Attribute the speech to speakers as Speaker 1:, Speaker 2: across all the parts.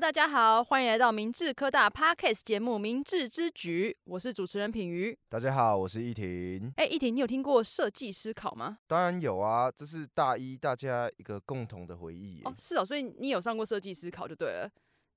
Speaker 1: 大家好，欢迎来到明治科大 Podcast 节目《明治之举》，我是主持人品瑜。
Speaker 2: 大家好，我是依婷。
Speaker 1: 哎，一婷，你有听过设计思考吗？
Speaker 2: 当然有啊，这是大一大家一个共同的回忆耶。
Speaker 1: 哦，是哦，所以你有上过设计思考就对了。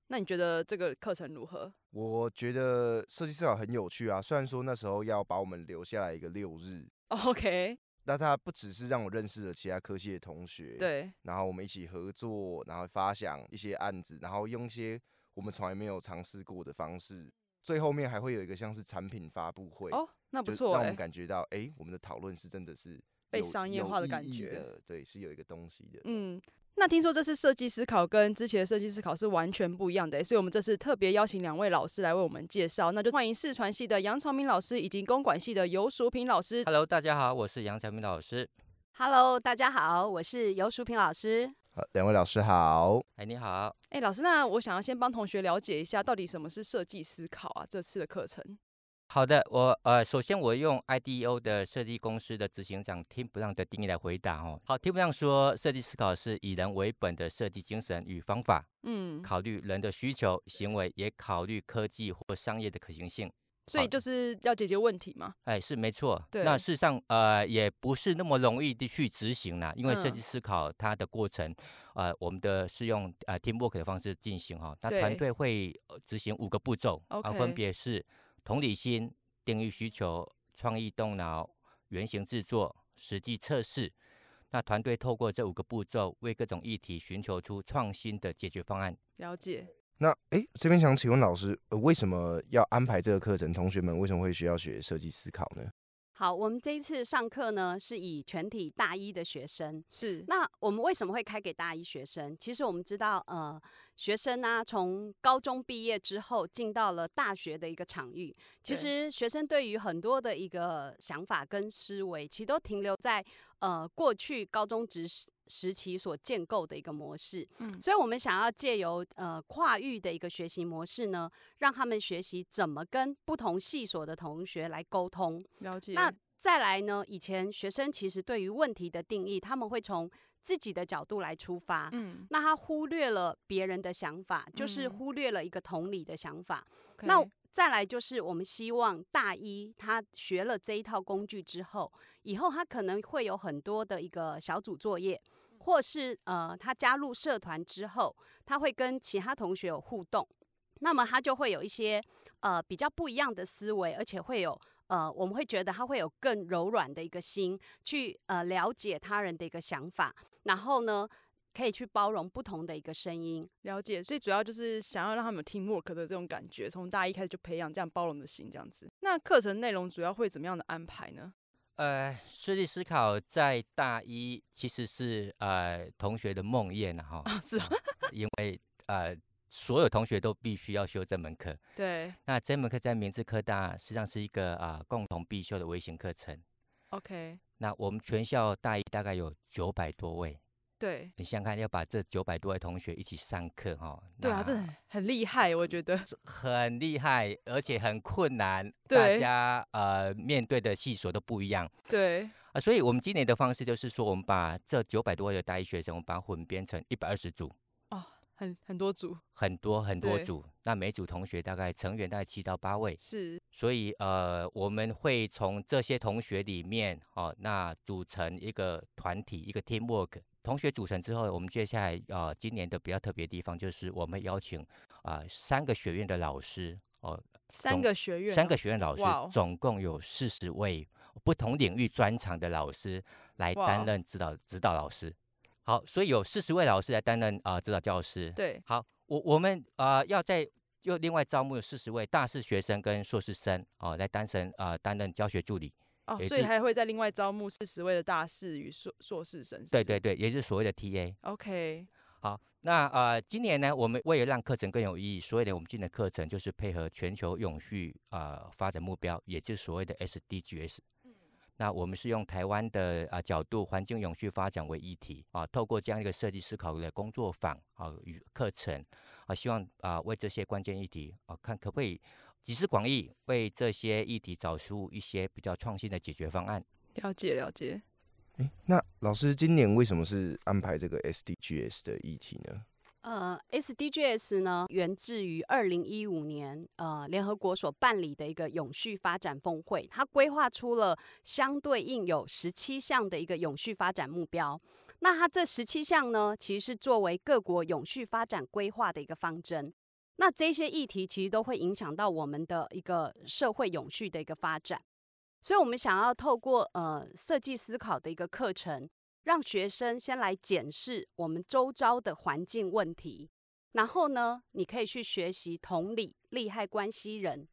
Speaker 1: 那你觉得这个课程如何？
Speaker 2: 我觉得设计思考很有趣啊，虽然说那时候要把我们留下来一个六日，
Speaker 1: 哦 OK，
Speaker 2: 那它不只是让我认识了其他科系的同学，，
Speaker 1: 对，
Speaker 2: 然后我们一起合作，然后发想一些案子，然后用一些我们从来没有尝试过的方式。最后面还会有一个像是产品发布会，
Speaker 1: 哦，那不
Speaker 2: 就
Speaker 1: 错
Speaker 2: 让我
Speaker 1: 哎
Speaker 2: 们、感觉到，哎、我们的讨论是真的是
Speaker 1: 被
Speaker 2: 有
Speaker 1: 商业
Speaker 2: 有
Speaker 1: 化的
Speaker 2: 意
Speaker 1: 感
Speaker 2: 义
Speaker 1: 觉
Speaker 2: 的对，是有一个东西的。
Speaker 1: 嗯，那听说这次设计思考跟之前的设计思考是完全不一样的欸，所以我们这次特别邀请两位老师来为我们介绍，那就欢迎视传系的杨朝明老师以及公管系的游淑平老师。
Speaker 3: Hello，大家好，我是杨长明老师。
Speaker 4: Hello，大家好，我是游淑平老师。
Speaker 2: 好，呃两位老师好。
Speaker 3: 哎，你好，
Speaker 1: 哎、老师，那我想要先帮同学了解一下，到底什么是设计思考啊？这次的课程
Speaker 3: 好的，我呃，首先我用 IDEO 的设计公司的执行长 Tim Brown 的定义来回答哦。好，Tim Brown 说，设计思考是以人为本的设计精神与方法，
Speaker 1: 嗯，
Speaker 3: 考虑人的需求、行为，也考虑科技或商业的可行性。
Speaker 1: 所以
Speaker 3: 好
Speaker 1: 就是要解决问题嘛。
Speaker 3: 哎，是没错。
Speaker 1: 对
Speaker 3: 那事实上，呃，也不是那么容易的去执行啦，因为设
Speaker 1: 嗯
Speaker 3: 计思考它的过程，呃，我们的是用呃 teamwork 的方式进行哈。那团
Speaker 1: 对
Speaker 3: 队会呃执行五个步骤啊，
Speaker 1: OK
Speaker 3: 分别是同理心、定义需求、创意动脑、原型制作、实际测试。那团队透过这五个步骤，为各种议题寻求出创新的解决方案。
Speaker 1: 了解。
Speaker 2: 那诶，这边想请问老师，呃，为什么要安排这个课程？同学们为什么会需要学设计思考呢？
Speaker 4: 好，我们这一次上课呢，是以全体大一的学生。
Speaker 1: 是，
Speaker 4: 那我们为什么会开给大一学生？其实我们知道，呃，学生呢、从高中毕业之后进到了大学的一个场域，其
Speaker 1: 对
Speaker 4: 实学生对于很多的一个想法跟思维，其实都停留在呃过去高中职时时期所建构的一个模式。
Speaker 1: 嗯
Speaker 4: 所以我们想要借由呃跨域的一个学习模式呢，让他们学习怎么跟不同系所的同学来沟通。
Speaker 1: 了解。
Speaker 4: 那再来呢，以前学生其实对于问题的定义，他们会从自己的角度来出发。
Speaker 1: 嗯，
Speaker 4: 那他忽略了别人的想法，就是
Speaker 1: 嗯
Speaker 4: 忽略了一个同理的想法。那
Speaker 1: OK，
Speaker 4: 再来就是，我们希望大一他学了这一套工具之后，以后他可能会有很多的一个小组作业，或是呃，他加入社团之后，他会跟其他同学有互动，那么他就会有一些呃比较不一样的思维，而且会有呃，我们会觉得他会有更柔软的一个心去呃了解他人的一个想法，然后呢，可以去包容不同的一个声音。
Speaker 1: 了解。所以主要就是想要让他们有 teamwork 的这种感觉，从大一开始就培养这样包容的心，这样子。那课程内容主要会怎么样的安排呢？
Speaker 3: 呃，设计思考在大一其实是呃同学的梦魇呐、哈、
Speaker 1: 啊，是啊，
Speaker 3: 因为呃，所有同学都必须要修这门课。
Speaker 1: 对
Speaker 3: 那这门课在明治科大实际上是一个啊、呃共同必修的微型课程。
Speaker 1: ，OK，
Speaker 3: 那我们全校大一大概有九百多位，
Speaker 1: 对，
Speaker 3: 你想想看，要把这九百多位同学一起上课哈、哦，
Speaker 1: 对啊，这
Speaker 3: 那
Speaker 1: 很很厉害，我觉得。
Speaker 3: 是很厉害，而且很困难，大
Speaker 1: 对
Speaker 3: 家呃面对的系所都不一样。
Speaker 1: 对，
Speaker 3: 啊，所以我们今年的方式就是说，我们把这九百多位的大一学生，我们把它混编成一百二十组，
Speaker 1: 哦，很很多组，
Speaker 3: 很多很多
Speaker 1: 对
Speaker 3: 组。那每组同学大概成员大概七到八位，
Speaker 1: 是
Speaker 3: 所以呃，我们会从这些同学里面哦，那组成一个团体，一个 teamwork。同学组成之后，我们接下来呃，今年的比较特别的地方就是我们邀请啊、呃三个学院的老师哦，
Speaker 1: 三
Speaker 3: 总
Speaker 1: 个学院啊，
Speaker 3: 三个学院老师
Speaker 1: 哇哦
Speaker 3: 总共有四十位不同领域专长的老师来
Speaker 1: 哇哦
Speaker 3: 担任指导指导老师。好，所以有四十位老师来担任啊、呃指导教师。
Speaker 1: 对，
Speaker 3: 好，我我们呃要在又另外招募四十位大四学生跟硕士生哦、来担任呃担任教学助理。
Speaker 1: 哦，
Speaker 3: 也
Speaker 1: 所以
Speaker 3: 是
Speaker 1: 还会再另外招募四十位的大四与硕硕士生，是不
Speaker 3: 对
Speaker 1: 是
Speaker 3: 对对，也就是所谓的 TA。
Speaker 1: ，OK，
Speaker 3: 好，那呃，今年呢，我们为了让课程更有意义，所以呢，我们今年的课程就是配合全球永续呃发展目标，也就是所谓的 SDGs。那我们是用台湾的啊、呃角度，环境永续发展为议题啊，透过这样一个设计思考的工作坊啊与课程啊，希望啊为这些关键议题啊，看可不可以集思广益，为这些议题找出一些比较创新的解决方案。
Speaker 1: 了解了解。
Speaker 2: 诶，那老师今年为什么是安排这个 SDGs 的议题呢？
Speaker 4: 呃，SDGs 呢，源自于二零一五年呃联合国所办理的一个永续发展峰会，它规划出了相对应有十七项的一个永续发展目标。那它这十七项呢，其实是作为各国永续发展规划的一个方针。那这些议题其实都会影响到我们的一个社会永续的一个发展，所以我们想要透过呃设计思考的一个课程，让学生先来检视我们周遭的环境问题，然后呢，你可以去学习同理利害关系人，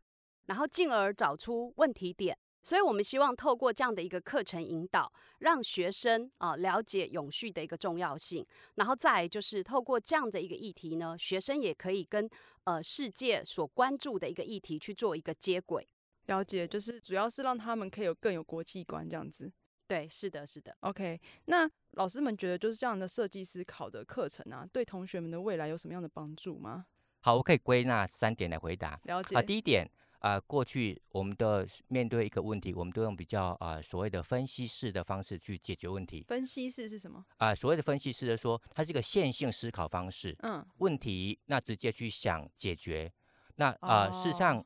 Speaker 4: 然后进而找出问题点。所以，我们希望透过这样的一个课程引导，让学生啊、了解永续的一个重要性，然后再来就是透过这样的一个议题呢，学生也可以跟呃世界所关注的一个议题去做一个接轨。
Speaker 1: 了解，就是主要是让他们可以有更有国际观这样子。
Speaker 4: 对，是的，是的。
Speaker 1: OK，那老师们觉得就是这样的设计思考的课程啊，对同学们的未来有什么样的帮助吗？
Speaker 3: 好，我可以归纳三点来回答。
Speaker 1: 了解，
Speaker 3: 啊，第一点啊、过去我们的面对一个问题，我们都用比较啊、所谓的分析式的方式去解决问题。
Speaker 1: 分析式是什么？
Speaker 3: 啊、所谓的分析式的说，它是一个线性思考方式，
Speaker 1: 嗯，
Speaker 3: 问题那直接去想解决。那啊、事
Speaker 1: 哦
Speaker 3: 实上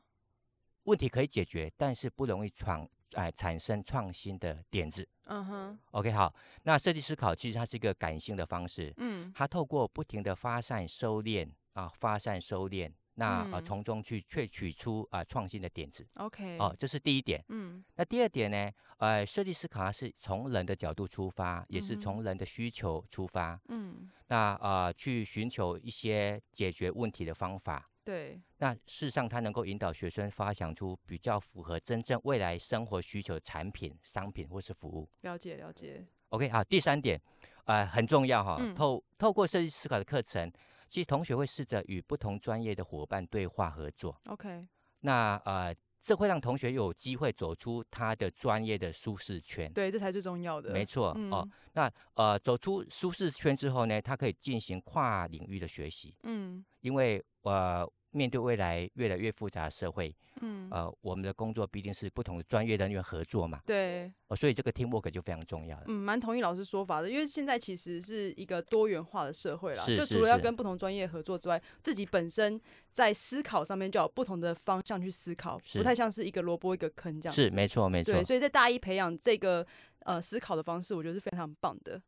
Speaker 3: 问题可以解决，但是不容易创哎、产生创新的点子。
Speaker 1: 嗯哼，
Speaker 3: OK，好，那设计思考其实它是一个感性的方式，
Speaker 1: 嗯，
Speaker 3: 它透过不停的发散、收敛啊，发散、收敛，那、啊
Speaker 1: 嗯
Speaker 3: 从中去萃取出啊创新的点子。
Speaker 1: OK，
Speaker 3: 哦，这是第一点。
Speaker 1: 嗯
Speaker 3: 那第二点呢？呃，设计思考它是从人的角度出发，也是
Speaker 1: 嗯哼
Speaker 3: 从人的需求出发，
Speaker 1: 嗯，
Speaker 3: 那呃去寻求一些解决问题的方法。
Speaker 1: 对，
Speaker 3: 那事实上，它能够引导学生发想出比较符合真正未来生活需求的产品、商品或是服务。
Speaker 1: 了解了解，
Speaker 3: OK，好，第三点，呃，很重要哈、
Speaker 1: 嗯
Speaker 3: 透透过设计思考的课程，其实同学会试着与不同专业的伙伴对话合作。
Speaker 1: OK，
Speaker 3: 那呃，这会让同学有机会走出他的专业的舒适圈。
Speaker 1: 对，这才最重要的，嗯
Speaker 3: 没错、哦，那呃，走出舒适圈之后呢，他可以进行跨领域的学习，
Speaker 1: 嗯
Speaker 3: 因为呃，面对未来越来越复杂的社会，
Speaker 1: 嗯，
Speaker 3: 呃，我们的工作必定是不同的专业人员合作嘛，
Speaker 1: 对，
Speaker 3: 哦，所以这个 teamwork 就非常重要了。
Speaker 1: 嗯，蛮同意老师说法的，因为现在其实是一个多元化的社会啦，
Speaker 3: 是
Speaker 1: 就是除了要
Speaker 3: 是
Speaker 1: 跟不同专业合作之外，自己本身在思考上面就要有不同的方向去思考，不
Speaker 3: 是
Speaker 1: 太像是一个萝卜一个坑这样子。
Speaker 3: 是，没错，没错
Speaker 1: 对，。所以在大一培养这个呃思考的方式，我觉得是非常棒的。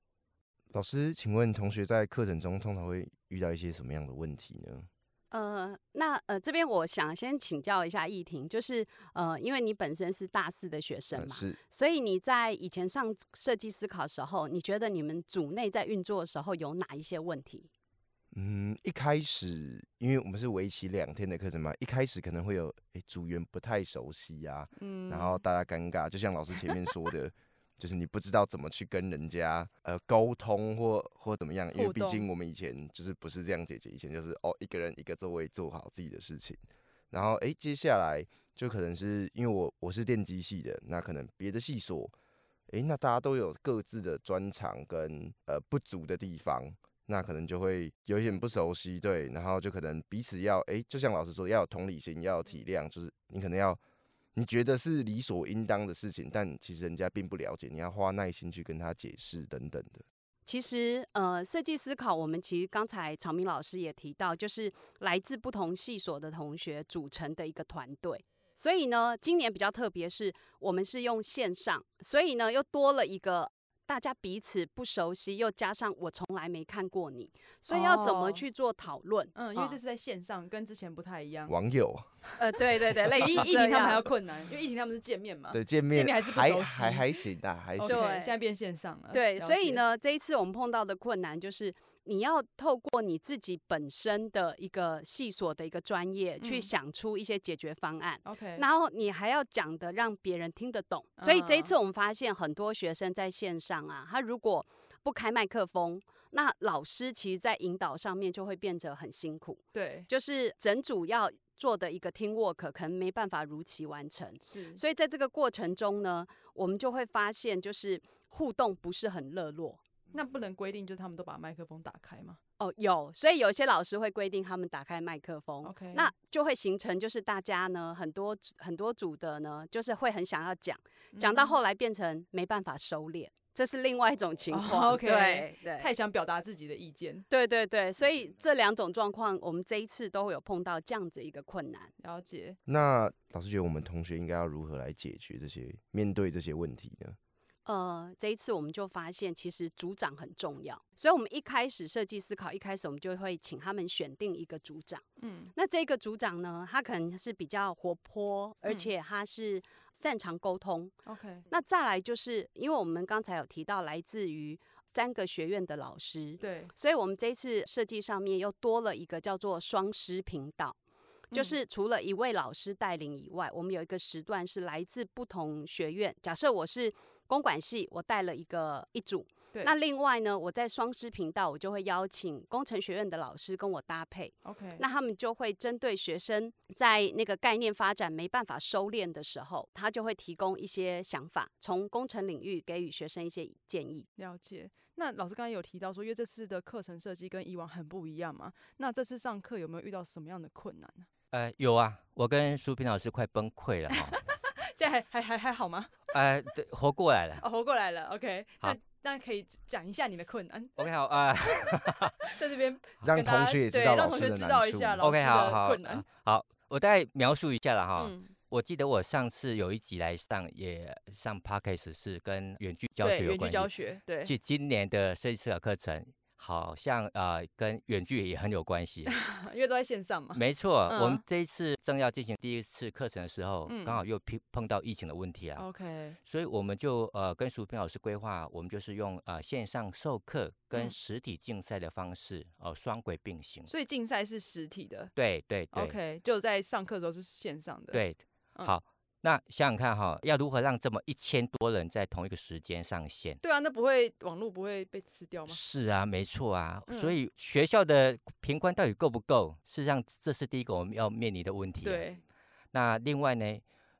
Speaker 2: 老师，请问同学在课程中通常会遇到一些什么样的问题呢？
Speaker 4: 呃，那呃，这边我想先请教一下易婷，就是呃，因为你本身是大四的学生
Speaker 2: 呃
Speaker 4: 嘛，
Speaker 2: 是
Speaker 4: 所以你在以前上设计思考的时候，你觉得你们组内在运作的时候有哪一些问题？
Speaker 2: 嗯，一开始因为我们是为期两天的课程嘛，一开始可能会有诶、组员不太熟悉啊，
Speaker 1: 嗯，
Speaker 2: 然后大家尴尬，就像老师前面说的，就是你不知道怎么去跟人家呃沟通或或怎么样，因为
Speaker 1: 互
Speaker 2: 毕
Speaker 1: 动
Speaker 2: 竟我们以前就是不是这样解决，以前就是哦一个人一个座位做好自己的事情，然后诶接下来就可能是因为我我是电机系的，那可能别的系所，诶那大家都有各自的专长跟呃不足的地方。那可能就会有一点不熟悉，对，然后就可能彼此要，诶，就像老师说，要有同理心，要有体谅，就是你可能要你觉得是理所应当的事情，但其实人家并不了解，你要花耐心去跟他解释等等的。
Speaker 4: 其实，呃，设计思考，我们其实刚才长明老师也提到，就是来自不同系所的同学组成的一个团队。所以呢，今年比较特别是，我们是用线上，所以呢又多了一个大家彼此不熟悉，又加上我从来没看过你，所以要怎
Speaker 1: 哦
Speaker 4: 么去做讨论？
Speaker 1: 嗯，因为
Speaker 4: 啊
Speaker 1: 这是在线上，跟之前不太一样。哎
Speaker 2: 网友
Speaker 4: 呃，对对 对，类似
Speaker 1: 疫疫情
Speaker 4: 这
Speaker 1: 他们还
Speaker 4: 样
Speaker 1: 要困难，因为疫情他们是嗯见面嘛。
Speaker 2: 对见
Speaker 1: 面
Speaker 2: 面
Speaker 1: 还是不熟
Speaker 2: 还
Speaker 1: 悉哦
Speaker 2: 还还行啊，还行。
Speaker 1: OK，
Speaker 4: 对
Speaker 1: 现在变线上了。
Speaker 4: 对，
Speaker 1: 了
Speaker 4: 所以
Speaker 1: 解，
Speaker 4: 呢，这一次我们碰到的困难就是，你要透过你自己本身的一个系所的一个专业，去
Speaker 1: 嗯
Speaker 4: 想出一些解决方案。
Speaker 1: OK，
Speaker 4: 然后你还要讲的让别人听得懂，所以这一
Speaker 1: 嗯
Speaker 4: 次我们发现很多学生在线上啊，他如果不开麦克风，那老师其实在引导上面就会变得很辛苦，
Speaker 1: 对
Speaker 4: 就是整组要做的一个 team work 可能没办法如期完成。
Speaker 1: 是
Speaker 4: 所以在这个过程中呢，我们就会发现就是互动不是很热络。
Speaker 1: 那不能规定就是他们都把麦克风打开嘛
Speaker 4: 哦，有，所以有一些老师会规定他们打开麦克风
Speaker 1: OK
Speaker 4: 那就会形成就是大家呢很多
Speaker 1: 嗯
Speaker 4: 很多组的呢，就是会很想要讲，讲到后来变成没办法收敛，这是另外一种情
Speaker 1: 哦
Speaker 4: 况。
Speaker 1: OK
Speaker 4: 对对，
Speaker 1: 太想表达自己的意见，
Speaker 4: 对对对，所以这两种状况，我们这一次都会有碰到这样子一个困难。
Speaker 1: 了解。
Speaker 2: 那老师觉得我们同学应该要如何来解决这些面对这些问题呢？
Speaker 4: 呃，这一次我们就发现，其实组长很重要，所以我们一开始设计思考，一开始我们就会请他们选定一个组长。
Speaker 1: 嗯
Speaker 4: 那这个组长呢，他可能是比较活泼，而
Speaker 1: 嗯
Speaker 4: 且他是擅长沟通。
Speaker 1: ，OK，
Speaker 4: 那再来就是，因为我们刚才有提到来自于三个学院的老师，
Speaker 1: 对，
Speaker 4: 所以我们这一次设计上面又多了一个叫做双师频道。就
Speaker 1: 嗯
Speaker 4: 是除了一位老师带领以外，我们有一个时段是来自不同学院。假设我是公管系，我带了一个一组，
Speaker 1: 对
Speaker 4: 那另外呢，我在双师频道，我就会邀请工程学院的老师跟我搭配。
Speaker 1: OK，
Speaker 4: 那他们就会针对学生在那个概念发展没办法收敛的时候，他就会提供一些想法，从工程领域给予学生一些建议。
Speaker 1: 了解。那老师刚才有提到说，因为这次的课程设计跟以往很不一样嘛，那这次上课有没有遇到什么样的困难呢？
Speaker 3: 呃，有啊，我跟淑萍老师快崩溃 了哈。
Speaker 1: 现在还还还还好吗？
Speaker 3: 呃，对，活过来了。
Speaker 1: 哦，活过来了，OK
Speaker 3: 好
Speaker 1: 那。那可以讲一下你的困难，
Speaker 3: OK，好啊、
Speaker 1: 在这边
Speaker 2: 让
Speaker 1: 跟大
Speaker 2: 同
Speaker 1: 家
Speaker 2: 学也知
Speaker 1: 对
Speaker 2: 道
Speaker 1: 让
Speaker 2: 老
Speaker 1: 同
Speaker 2: 师
Speaker 1: 学
Speaker 2: 的
Speaker 1: 知道
Speaker 2: 难
Speaker 1: 一
Speaker 2: 处。哦
Speaker 1: 下老师
Speaker 3: o k
Speaker 1: 的
Speaker 3: 好好、
Speaker 1: 困难
Speaker 3: 啊好，我再描述一下了哈。
Speaker 1: 嗯，
Speaker 3: 我记得我上次有一集来上也上 Podcast 是跟远距教
Speaker 1: 对，
Speaker 3: 学有
Speaker 1: 远距
Speaker 3: 关
Speaker 1: 教
Speaker 3: 系，
Speaker 1: 学，对，
Speaker 3: 其实今年的设计思考课程好像呃跟远距也很有关 系。
Speaker 1: 因为都在线上嘛，
Speaker 3: 没错，我们
Speaker 1: 嗯
Speaker 3: 这一次正要进行第一次课程的时候，
Speaker 1: 嗯哦
Speaker 3: 刚好又碰碰到疫情的问题啊，
Speaker 1: OK，
Speaker 3: 所以我们就呃跟淑萍老师规划，我们就是用呃线上授课跟
Speaker 1: 嗯
Speaker 3: 实体竞赛的方式，呃双轨并行。
Speaker 1: 所以竞赛是实体的
Speaker 3: 对对对
Speaker 1: ，OK，就在上课的时候是线上的，，
Speaker 3: 对，
Speaker 1: 嗯
Speaker 3: 好，那想想看哈，要如何让这么一千多人在同一个时间上线？
Speaker 1: 对啊，那不会网络不会被吃掉吗？
Speaker 3: 是啊，没错啊，所
Speaker 1: 嗯
Speaker 3: 以学校的评官到底够不够？事实上，这是第一个我们要面临的问题、，
Speaker 1: 对，
Speaker 3: 那另外呢，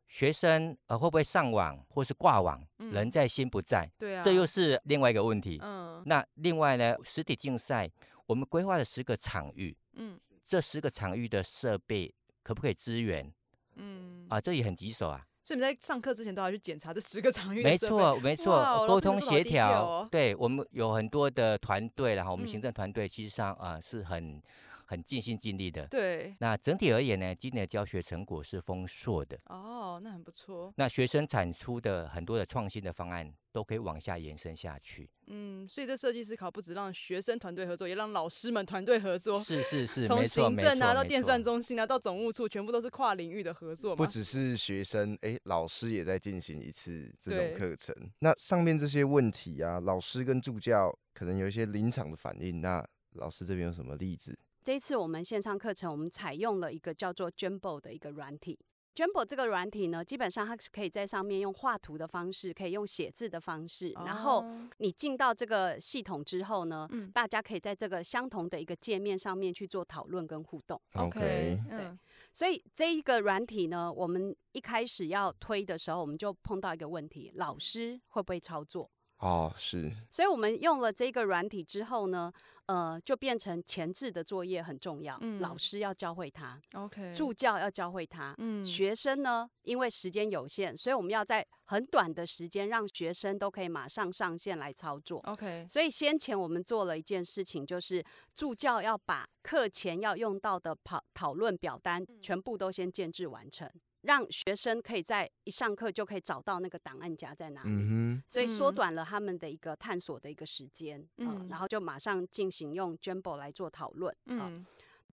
Speaker 3: 学生呃会不会上网或是挂网？
Speaker 1: 嗯
Speaker 3: 人在心不在，
Speaker 1: 对啊，
Speaker 3: 这又是另外一个问题。
Speaker 1: 嗯
Speaker 3: 那另外呢，实体竞赛我们规划了十个场域，
Speaker 1: 嗯
Speaker 3: 这十个场域的设备可不可以支援
Speaker 1: 嗯
Speaker 3: 啊？这也很棘手啊。
Speaker 1: 所以你们在上课之前都要去检查这十个 场域，
Speaker 3: 没，错，没
Speaker 1: 哇
Speaker 3: 错，
Speaker 1: 老
Speaker 3: 沟
Speaker 1: 师们
Speaker 3: 通
Speaker 1: 做得好
Speaker 3: 协
Speaker 1: detail
Speaker 3: 调，
Speaker 1: 哦
Speaker 3: 对我们有很多的团队，然后我们行
Speaker 1: 嗯
Speaker 3: 政团队其实上啊、呃是很很尽心尽力的。
Speaker 1: 对，
Speaker 3: 那整体而言呢，今年的教学成果是丰硕的，
Speaker 1: 哦，那很不错，
Speaker 3: 那学生产出的很多的创新的方案都可以往下延伸下去。
Speaker 1: 嗯，所以这设计思考不只让学生团队合作，也让老师们团队合作，
Speaker 3: 是是是，
Speaker 1: 哦从
Speaker 3: 没错
Speaker 1: 行
Speaker 3: 没
Speaker 1: 政啊
Speaker 3: 错，
Speaker 1: 拿到
Speaker 3: 没
Speaker 1: 电
Speaker 3: 错
Speaker 1: 算中心拿到总务处，全部都是跨领域的合作
Speaker 2: 不
Speaker 1: 嘛，
Speaker 2: 只是学生，哎、老师也在进行一次这
Speaker 1: 对
Speaker 2: 种课程。那上面这些问题啊，老师跟助教可能有一些临场的反应。那老师这边有什么例子？
Speaker 4: 这一次我们线上课程，我们采用了一个叫做 Jumbo 的一个软体。Jumbo 这个软体呢，基本上它是可以在上面用画图的方式，可以用写字的方式，然后
Speaker 1: 哦
Speaker 4: 你进到这个系统之后呢，
Speaker 1: 嗯
Speaker 4: 大家可以在这个相同的一个界面上面去做讨论跟互动。
Speaker 1: ，OK，
Speaker 4: 对
Speaker 1: 嗯
Speaker 4: 所以这一个软体呢，我们一开始要推的时候，我们就碰到一个问题：老师会不会操作？
Speaker 2: 哦，是
Speaker 4: 所以我们用了这个软体之后呢，呃，就变成前置的作业很重要，
Speaker 1: 嗯
Speaker 4: 老师要教会他，
Speaker 1: ，OK，
Speaker 4: 助教要教会他。
Speaker 1: 嗯
Speaker 4: 学生呢，因为时间有限，所以我们要在很短的时间让学生都可以马上上线来操作。
Speaker 1: ，OK，
Speaker 4: 所以先前我们做了一件事情，就是助教要把课前要用到的讨讨论表单
Speaker 1: 嗯
Speaker 4: 全部都先建制完成，让学生可以在一上课就可以找到那个档案夹在哪里。
Speaker 2: 嗯
Speaker 4: 所以缩
Speaker 1: 嗯
Speaker 4: 短了他们的一个探索的一个时间，嗯
Speaker 1: 嗯，
Speaker 4: 然后就马上进行用 Jumbo 来做讨论，嗯，
Speaker 3: 啊
Speaker 1: 嗯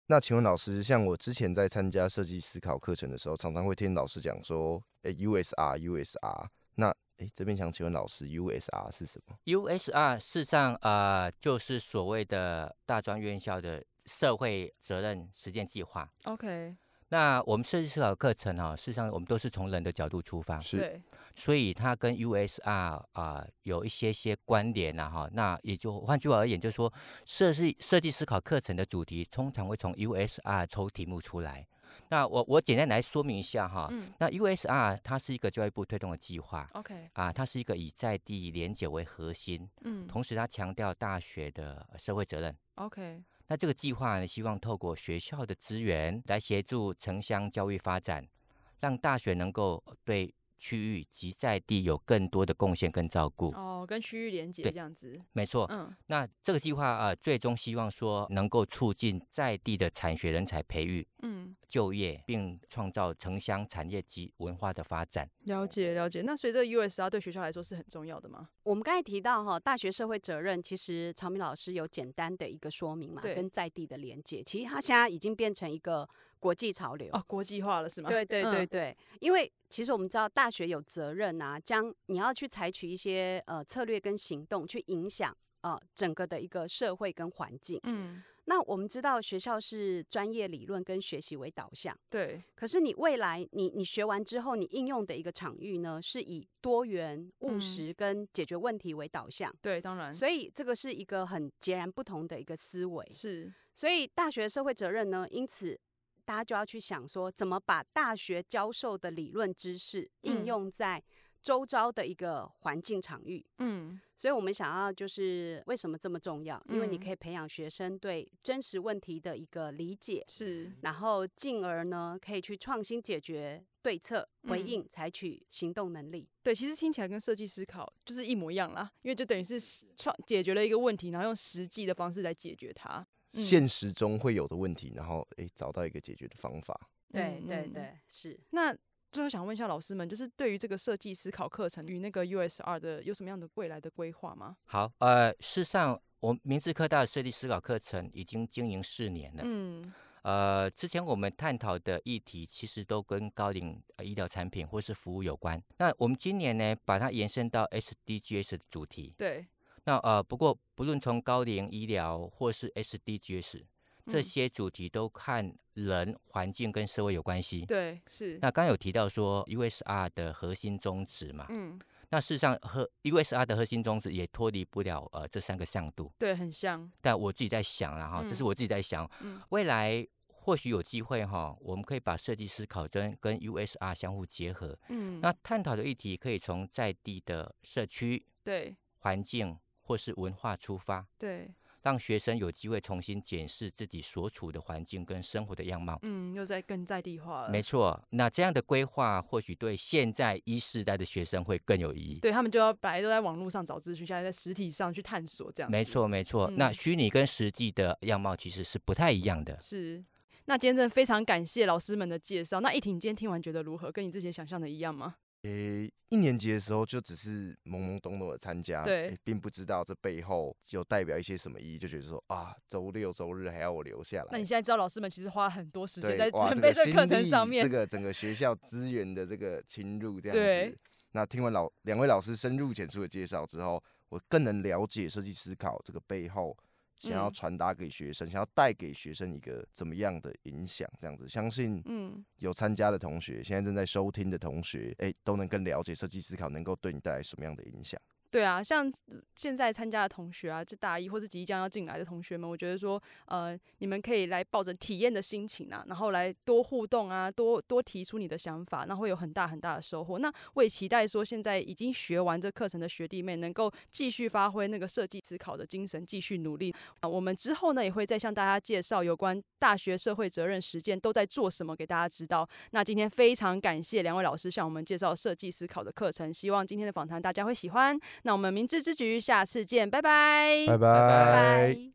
Speaker 2: 那请问老师，像我之前在参加设计思考课程的时候，常常会听老师讲说，哎、u s r USR。那哎、这边想请问老师，USR 是什么？
Speaker 3: USR 事实上呃就是所谓的大专院校的社会责任实践计划。
Speaker 1: ，OK，
Speaker 3: 那我们设计思考课程哦，事实上我们都是从人的角度出发，
Speaker 2: 是
Speaker 1: 对，
Speaker 3: 所以它跟 USR 啊、有一些些关联啊、哈。那也就换句话而言，就是说设计设计思考课程的主题通常会从 USR 抽题目出来。那我我简单来说明一下哈、
Speaker 1: 嗯
Speaker 3: 那 USR 它是一个教育部推动的计划
Speaker 1: ，OK，
Speaker 3: 啊，它是一个以在地连结为核心，
Speaker 1: 嗯
Speaker 3: 同时它强调大学的呃社会责任。
Speaker 1: ，OK，
Speaker 3: 那这个计划呢，希望透过学校的资源来协助城乡教育发展，让大学能够对区域及在地有更多的贡献跟照顾。
Speaker 1: 哦，跟区域连接
Speaker 3: 对哦
Speaker 1: 这样子，
Speaker 3: 没错，
Speaker 1: 嗯
Speaker 3: 那这个计划呃，最终希望说能够促进在地的产学人才培育、
Speaker 1: 嗯，
Speaker 3: 就业，并创造城乡产业及文化的发展。
Speaker 1: 了解了解。那所以这个 USR 啊对学校来说是很重要的吗？
Speaker 4: 我们刚才提到哈，大学社会责任，其实曹明老师有简单的一个说明嘛，
Speaker 1: 对
Speaker 4: 跟在地的连接，其实它现在已经变成一个国际潮流。
Speaker 1: 哦，国际化了是吗？
Speaker 4: 对对对
Speaker 1: 嗯
Speaker 4: 对，因为其实我们知道大学有责任啊，将你要去采取一些呃策略跟行动去影响呃整个的一个社会跟环境。
Speaker 1: 嗯，
Speaker 4: 那我们知道学校是专业理论跟学习为导向，
Speaker 1: 对，
Speaker 4: 可是你未来你你学完之后，你应用的一个场域呢，是以多元、务
Speaker 1: 嗯
Speaker 4: 实跟解决问题为导向。
Speaker 1: 对，当然
Speaker 4: 所以这个是一个很截然不同的一个思维。
Speaker 1: 是
Speaker 4: 所以大学社会责任呢，因此大家就要去想说，怎么把大学教授的理论知识应
Speaker 1: 嗯
Speaker 4: 用在周遭的一个环境场域。
Speaker 1: 嗯
Speaker 4: 所以我们想要就是为什么这么重要？因为你
Speaker 1: 嗯
Speaker 4: 可以培养学生对真实问题的一个理解，
Speaker 1: 是
Speaker 4: 然后进而呢可以去创新解决对策、回
Speaker 1: 嗯
Speaker 4: 应、采取行动能力。
Speaker 1: 对，其实听起来跟设计思考就是一模一样啦，因为就等于是实
Speaker 4: 嗯
Speaker 1: 创解决了一个问题，然后用实际的方式来解决它。嗯
Speaker 2: 现实中会有的问题，然后诶找到一个解决的方法。
Speaker 4: 对对
Speaker 1: 嗯嗯
Speaker 4: 对，是。
Speaker 1: 那最后想问一下老师们，就是对于这个设计思考课程与那个 USR 的有什么样的未来的规划吗？
Speaker 3: 好，呃，事实上，我们明治科大的设计思考课程已经经营四年了。
Speaker 1: 嗯，
Speaker 3: 呃，之前我们探讨的议题其实都跟高龄、呃、医疗产品或是服务有关。那我们今年呢，把它延伸到 SDGs 的主题。
Speaker 1: 对，
Speaker 3: 那呃，不过不论从高龄医疗或是 SDGs 这
Speaker 1: 嗯
Speaker 3: 些主题，都和人、环境跟社会有关系。
Speaker 1: 对是，
Speaker 3: 那刚刚有提到说 USR 的核心宗旨嘛，
Speaker 1: 嗯，
Speaker 3: 那事实上和 USR 的核心宗旨也脱离不了呃这三个向度。
Speaker 1: 对，很像，
Speaker 3: 但我自己在想了哈，这是
Speaker 1: 嗯
Speaker 3: 我自己在想，
Speaker 1: 嗯
Speaker 3: 未来或许有机会哈，我们可以把设计思考跟跟 USR 相互结合。
Speaker 1: 嗯，
Speaker 3: 那探讨的议题可以从在地的社区
Speaker 1: 对
Speaker 3: 环境或是文化出发，
Speaker 1: 对，
Speaker 3: 让学生有机会重新检视自己所处的环境跟生活的样貌。
Speaker 1: 嗯，又在更在地化了，
Speaker 3: 没错，那这样的规划或许对现在一世代的学生会更有意义。
Speaker 1: 对他们就要本来都在网络上找资讯，现在在实体上去探索，这样
Speaker 3: 没
Speaker 1: 子，
Speaker 3: 错，没错。那
Speaker 1: 啊嗯
Speaker 3: 虚拟跟实际的样貌其实是不太一样的。
Speaker 1: 是。那今天真的非常感谢老师们的介绍。那一婷今天听完觉得如何？跟你之前想象的一样吗？
Speaker 2: 诶、一年级的时候就只是懵懵懂懂的参加，
Speaker 1: 对
Speaker 2: 诶并不知道这背后有代表一些什么意义，就觉得说啊，周六周日还要我留下来。
Speaker 1: 那你现在知道老师们其实花了很多时间
Speaker 2: 哎
Speaker 1: 在
Speaker 2: 对哇
Speaker 1: 准备
Speaker 2: 这
Speaker 1: 这
Speaker 2: 个
Speaker 1: 个课
Speaker 2: 心
Speaker 1: 程
Speaker 2: 力
Speaker 1: 上面
Speaker 2: 这，个整个学校资源的这个侵入这样
Speaker 1: 对
Speaker 2: 子。那听完老两位老师深入浅出的介绍之后，我更能了解设计思考这个背后想要
Speaker 1: 嗯
Speaker 2: 传达给学生，想要带给学生一个怎么样的影响，这样子，相信
Speaker 1: 嗯，
Speaker 2: 有参加的同学，现在正在收听的同学，哎、都能更了解设计思考能够对你带来什么样的影响。
Speaker 1: 对啊，像呃现在参加的同学啊，就大一或是即将要进来的同学们，我觉得说，呃，你们可以来抱着体验的心情啊，然后来多互动啊，多多提出你的想法，那会有很大很大的收获。那我也期待说，现在已经学完这课程的学弟妹能够继续发挥那个设计思考的精神，继续努力。啊，我们之后呢也会再向大家介绍有关大学社会责任实践都在做什么，给大家知道。那今天非常感谢两位老师向我们介绍设计思考的课程，希望今天的访谈大家会喜欢。那我们明智之举，下次见，拜拜。
Speaker 2: 拜
Speaker 3: 拜
Speaker 4: 拜拜